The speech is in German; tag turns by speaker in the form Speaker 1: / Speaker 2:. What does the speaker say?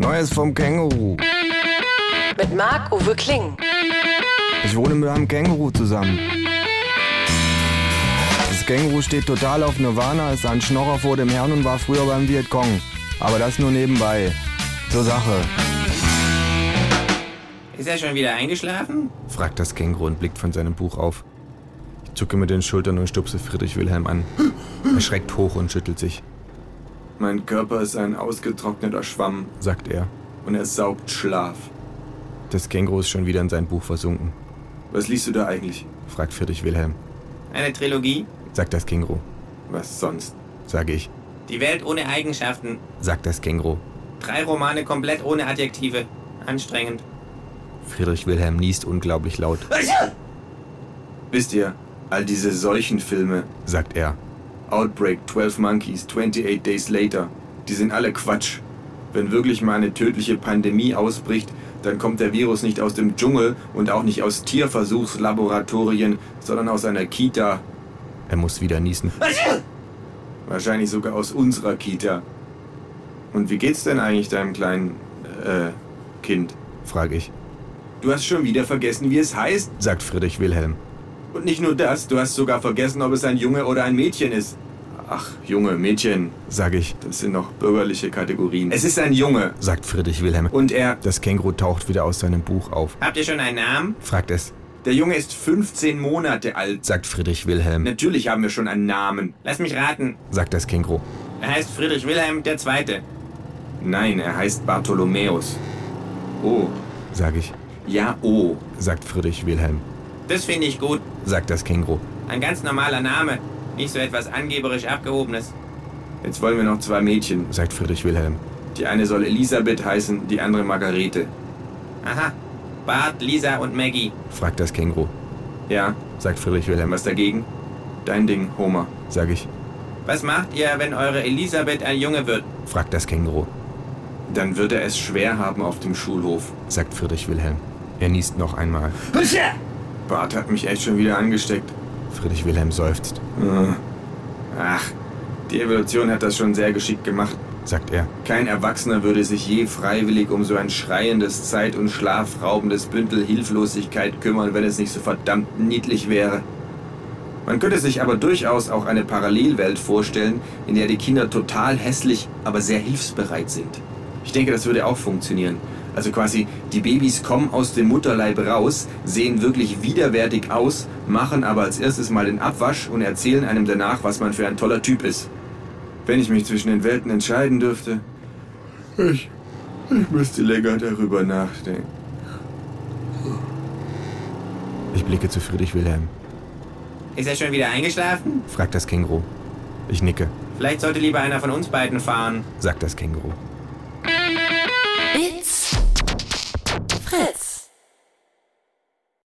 Speaker 1: Neues vom Känguru.
Speaker 2: Mit Marc-Uwe Kling.
Speaker 1: Ich wohne mit einem Känguru zusammen. Das Känguru steht total auf Nirvana, ist ein Schnorrer vor dem Herrn und war früher beim Vietcong. Aber das nur nebenbei. Zur Sache.
Speaker 3: Ist er schon wieder eingeschlafen?
Speaker 1: fragt das Känguru und blickt von seinem Buch auf. Ich zucke mit den Schultern und stupse Friedrich Wilhelm an. Er schreckt hoch und schüttelt sich. Mein Körper ist ein ausgetrockneter Schwamm, sagt er, und er saugt Schlaf. Das Känguru ist schon wieder in sein Buch versunken. Was liest du da eigentlich? fragt Friedrich Wilhelm,
Speaker 3: Eine Trilogie?
Speaker 1: sagt das Känguru. Was sonst? sage ich,
Speaker 3: Die Welt ohne Eigenschaften.
Speaker 1: sagt das Känguru.
Speaker 3: Drei Romane komplett ohne Adjektive. Anstrengend.
Speaker 1: Friedrich Wilhelm niest unglaublich laut,
Speaker 4: Wisst ihr, all diese solchen Filme,
Speaker 1: sagt er.
Speaker 4: Outbreak, 12 Monkeys, 28 Days Later, die sind alle Quatsch. Wenn wirklich mal eine tödliche Pandemie ausbricht, dann kommt der Virus nicht aus dem Dschungel und auch nicht aus Tierversuchslaboratorien, sondern aus einer Kita.
Speaker 1: Er muss wieder niesen.
Speaker 4: Wahrscheinlich sogar aus unserer Kita. Und wie geht's denn eigentlich deinem kleinen, äh, Kind?
Speaker 1: frage ich,
Speaker 4: Du hast schon wieder vergessen, wie es heißt.
Speaker 1: sagt Friedrich Wilhelm.
Speaker 4: Und nicht nur das, du hast sogar vergessen, ob es ein Junge oder ein Mädchen ist. Ach, Junge, Mädchen,
Speaker 1: Sag ich,
Speaker 4: das sind noch bürgerliche Kategorien. Es ist ein Junge
Speaker 1: sagt Friedrich Wilhelm.
Speaker 4: und er,
Speaker 1: Das Känguru taucht wieder aus seinem Buch auf,
Speaker 3: Habt ihr schon einen Namen?
Speaker 1: fragt es,
Speaker 4: der Junge ist 15 Monate alt.
Speaker 1: sagt Friedrich Wilhelm,
Speaker 4: Natürlich haben wir schon einen Namen.
Speaker 3: Lass mich raten.
Speaker 1: sagt das Känguru.
Speaker 3: Er heißt Friedrich Wilhelm der Zweite.
Speaker 4: Nein, er heißt Bartholomäus. Oh,
Speaker 1: Sag ich,
Speaker 4: ja, oh.
Speaker 1: sagt Friedrich Wilhelm,
Speaker 3: Das finde ich gut.
Speaker 1: sagt das Känguru.
Speaker 3: Ein ganz normaler Name. Nicht so etwas angeberisch Abgehobenes.
Speaker 4: Jetzt wollen wir noch zwei Mädchen.
Speaker 1: sagt Friedrich Wilhelm,
Speaker 4: Die eine soll Elisabeth heißen, die andere Margarete.
Speaker 3: Aha. Bart, Lisa und Maggie.
Speaker 1: fragt das Känguru,
Speaker 4: Ja,
Speaker 1: sagt Friedrich Wilhelm,
Speaker 4: was dagegen? Dein Ding, Homer.
Speaker 1: sag ich,
Speaker 3: Was macht ihr, wenn eure Elisabeth ein Junge wird?
Speaker 1: fragt das Känguru,
Speaker 4: Dann wird er es schwer haben auf dem Schulhof.
Speaker 1: sagt Friedrich Wilhelm. Er niest noch einmal.
Speaker 4: Bart hat mich echt schon wieder angesteckt. Äh,
Speaker 1: Friedrich Wilhelm seufzt,
Speaker 4: Ach, die Evolution hat das schon sehr geschickt gemacht.
Speaker 1: sagt er,
Speaker 4: Kein Erwachsener würde sich je freiwillig um so ein schreiendes, zeit- und schlafraubendes Bündel Hilflosigkeit kümmern, wenn es nicht so verdammt niedlich wäre. Man könnte sich aber durchaus auch eine Parallelwelt vorstellen, in der die Kinder total hässlich, aber sehr hilfsbereit sind. Ich denke, das würde auch funktionieren. Also quasi, die Babys kommen aus dem Mutterleib raus, sehen wirklich widerwärtig aus, machen aber als erstes mal den Abwasch und erzählen einem danach, was man für ein toller Typ ist. Wenn ich mich zwischen den Welten entscheiden dürfte, ich, ich müsste länger darüber nachdenken.
Speaker 1: ich blicke zu Friedrich Wilhelm,
Speaker 3: Ist er schon wieder eingeschlafen?
Speaker 1: fragt das Känguru. Ich nicke,
Speaker 3: Vielleicht sollte lieber einer von uns beiden fahren.
Speaker 1: sagt das Känguru.
Speaker 2: It's